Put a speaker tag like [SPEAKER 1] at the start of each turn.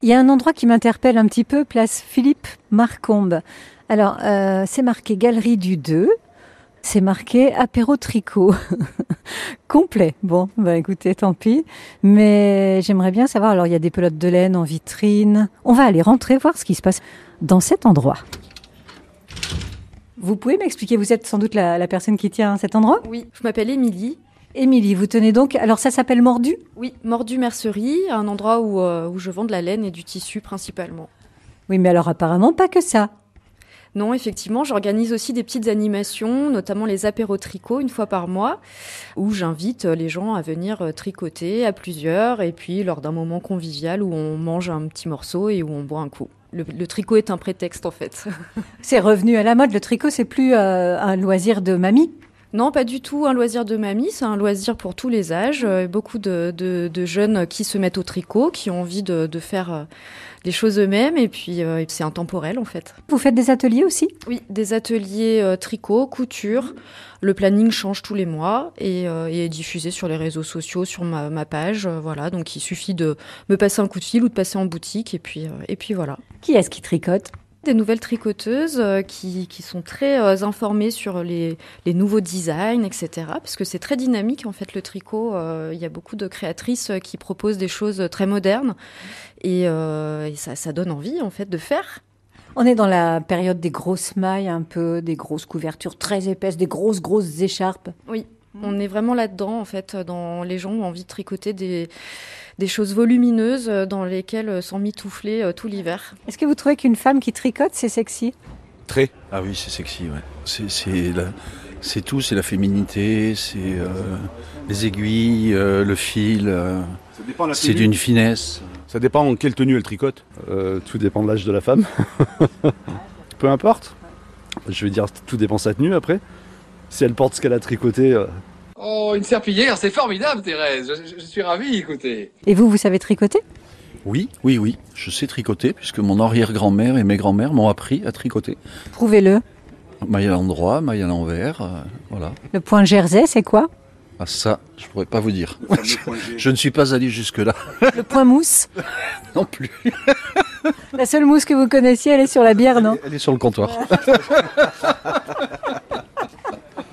[SPEAKER 1] Il y a un endroit qui m'interpelle un petit peu, place Philippe Marcombe. Alors, euh, c'est marqué Galerie du 2, c'est marqué apéro tricot. Complet. Bon, bah écoutez, tant pis. Mais j'aimerais bien savoir, alors il y a des pelotes de laine en vitrine. On va aller rentrer voir ce qui se passe dans cet endroit. Vous pouvez m'expliquer, vous êtes sans doute la, la personne qui tient cet endroit
[SPEAKER 2] Oui, je m'appelle Émilie.
[SPEAKER 1] Émilie, vous tenez donc, alors ça s'appelle Mordu
[SPEAKER 2] Oui, Mordu Mercerie, un endroit où, euh, où je vends de la laine et du tissu principalement.
[SPEAKER 1] Oui, mais alors apparemment pas que ça.
[SPEAKER 2] Non, effectivement, j'organise aussi des petites animations, notamment les apéros tricots une fois par mois, où j'invite euh, les gens à venir euh, tricoter à plusieurs, et puis lors d'un moment convivial où on mange un petit morceau et où on boit un coup. Le, le tricot est un prétexte en fait.
[SPEAKER 1] C'est revenu à la mode, le tricot c'est plus euh, un loisir de mamie.
[SPEAKER 2] Non, pas du tout un loisir de mamie, c'est un loisir pour tous les âges. Euh, Beaucoup de, de- de jeunes qui se mettent au tricot, qui ont envie de, de faire euh, des choses eux-mêmes, et puis euh, c'est intemporel en fait.
[SPEAKER 1] Vous faites des ateliers aussi
[SPEAKER 2] Oui, des ateliers euh, tricot, couture. Le planning change tous les mois et, euh, et est diffusé sur les réseaux sociaux, sur ma, ma page. euh, voilà, donc il suffit de me passer un coup de fil ou de passer en boutique et puis, euh, et puis voilà.
[SPEAKER 1] Qui est-ce qui tricote
[SPEAKER 2] Des nouvelles tricoteuses euh, qui, qui sont très euh, informées sur les, les nouveaux designs, etc. Parce que c'est très dynamique en fait le tricot. Euh, Il y a beaucoup de créatrices euh, qui proposent des choses très modernes et, euh, et ça, ça donne envie en fait de faire.
[SPEAKER 1] On est dans la période des grosses mailles un peu, des grosses couvertures très épaisses, des grosses grosses écharpes.
[SPEAKER 2] Oui, on est vraiment là-dedans en fait. Dans les gens ont envie de tricoter des, des choses volumineuses euh, dans lesquelles euh, s'en mitoufler euh, tout l'hiver.
[SPEAKER 1] Est-ce que vous trouvez qu'une femme qui tricote c'est sexy
[SPEAKER 3] Très. Ah oui, c'est sexy, ouais. C'est, c'est, la- c'est tout, c'est la féminité, c'est euh, les aiguilles, euh, le fil, euh,
[SPEAKER 4] Ça dépend, de la
[SPEAKER 3] c'est
[SPEAKER 4] tenue.
[SPEAKER 3] d'une finesse.
[SPEAKER 4] Ça dépend en quelle tenue elle tricote.
[SPEAKER 5] Euh, tout dépend de l'âge de la femme. Peu importe. Je veux dire, tout dépend de sa tenue après. Si elle porte ce qu'elle a tricoté, euh,
[SPEAKER 6] Oh, une serpillière, c'est formidable, Thérèse. Je, je- je suis ravi, écoutez.
[SPEAKER 1] Et vous, vous savez tricoter
[SPEAKER 3] Oui, oui, oui. Je sais tricoter puisque mon arrière-grand-mère et mes grand-mères m'ont appris à tricoter.
[SPEAKER 1] Prouvez-le.
[SPEAKER 3] Maille à l'endroit, maille à l'envers, euh, voilà.
[SPEAKER 1] Le point jersey, c'est quoi
[SPEAKER 3] Ah ça, je pourrais pas vous dire.
[SPEAKER 4] Le fameux point G.
[SPEAKER 3] Je ne suis pas allé jusque-là
[SPEAKER 1] Le point mousse
[SPEAKER 3] non plus.
[SPEAKER 1] La seule mousse que vous connaissiez, elle est sur la bière, non
[SPEAKER 3] Elle est sur le comptoir.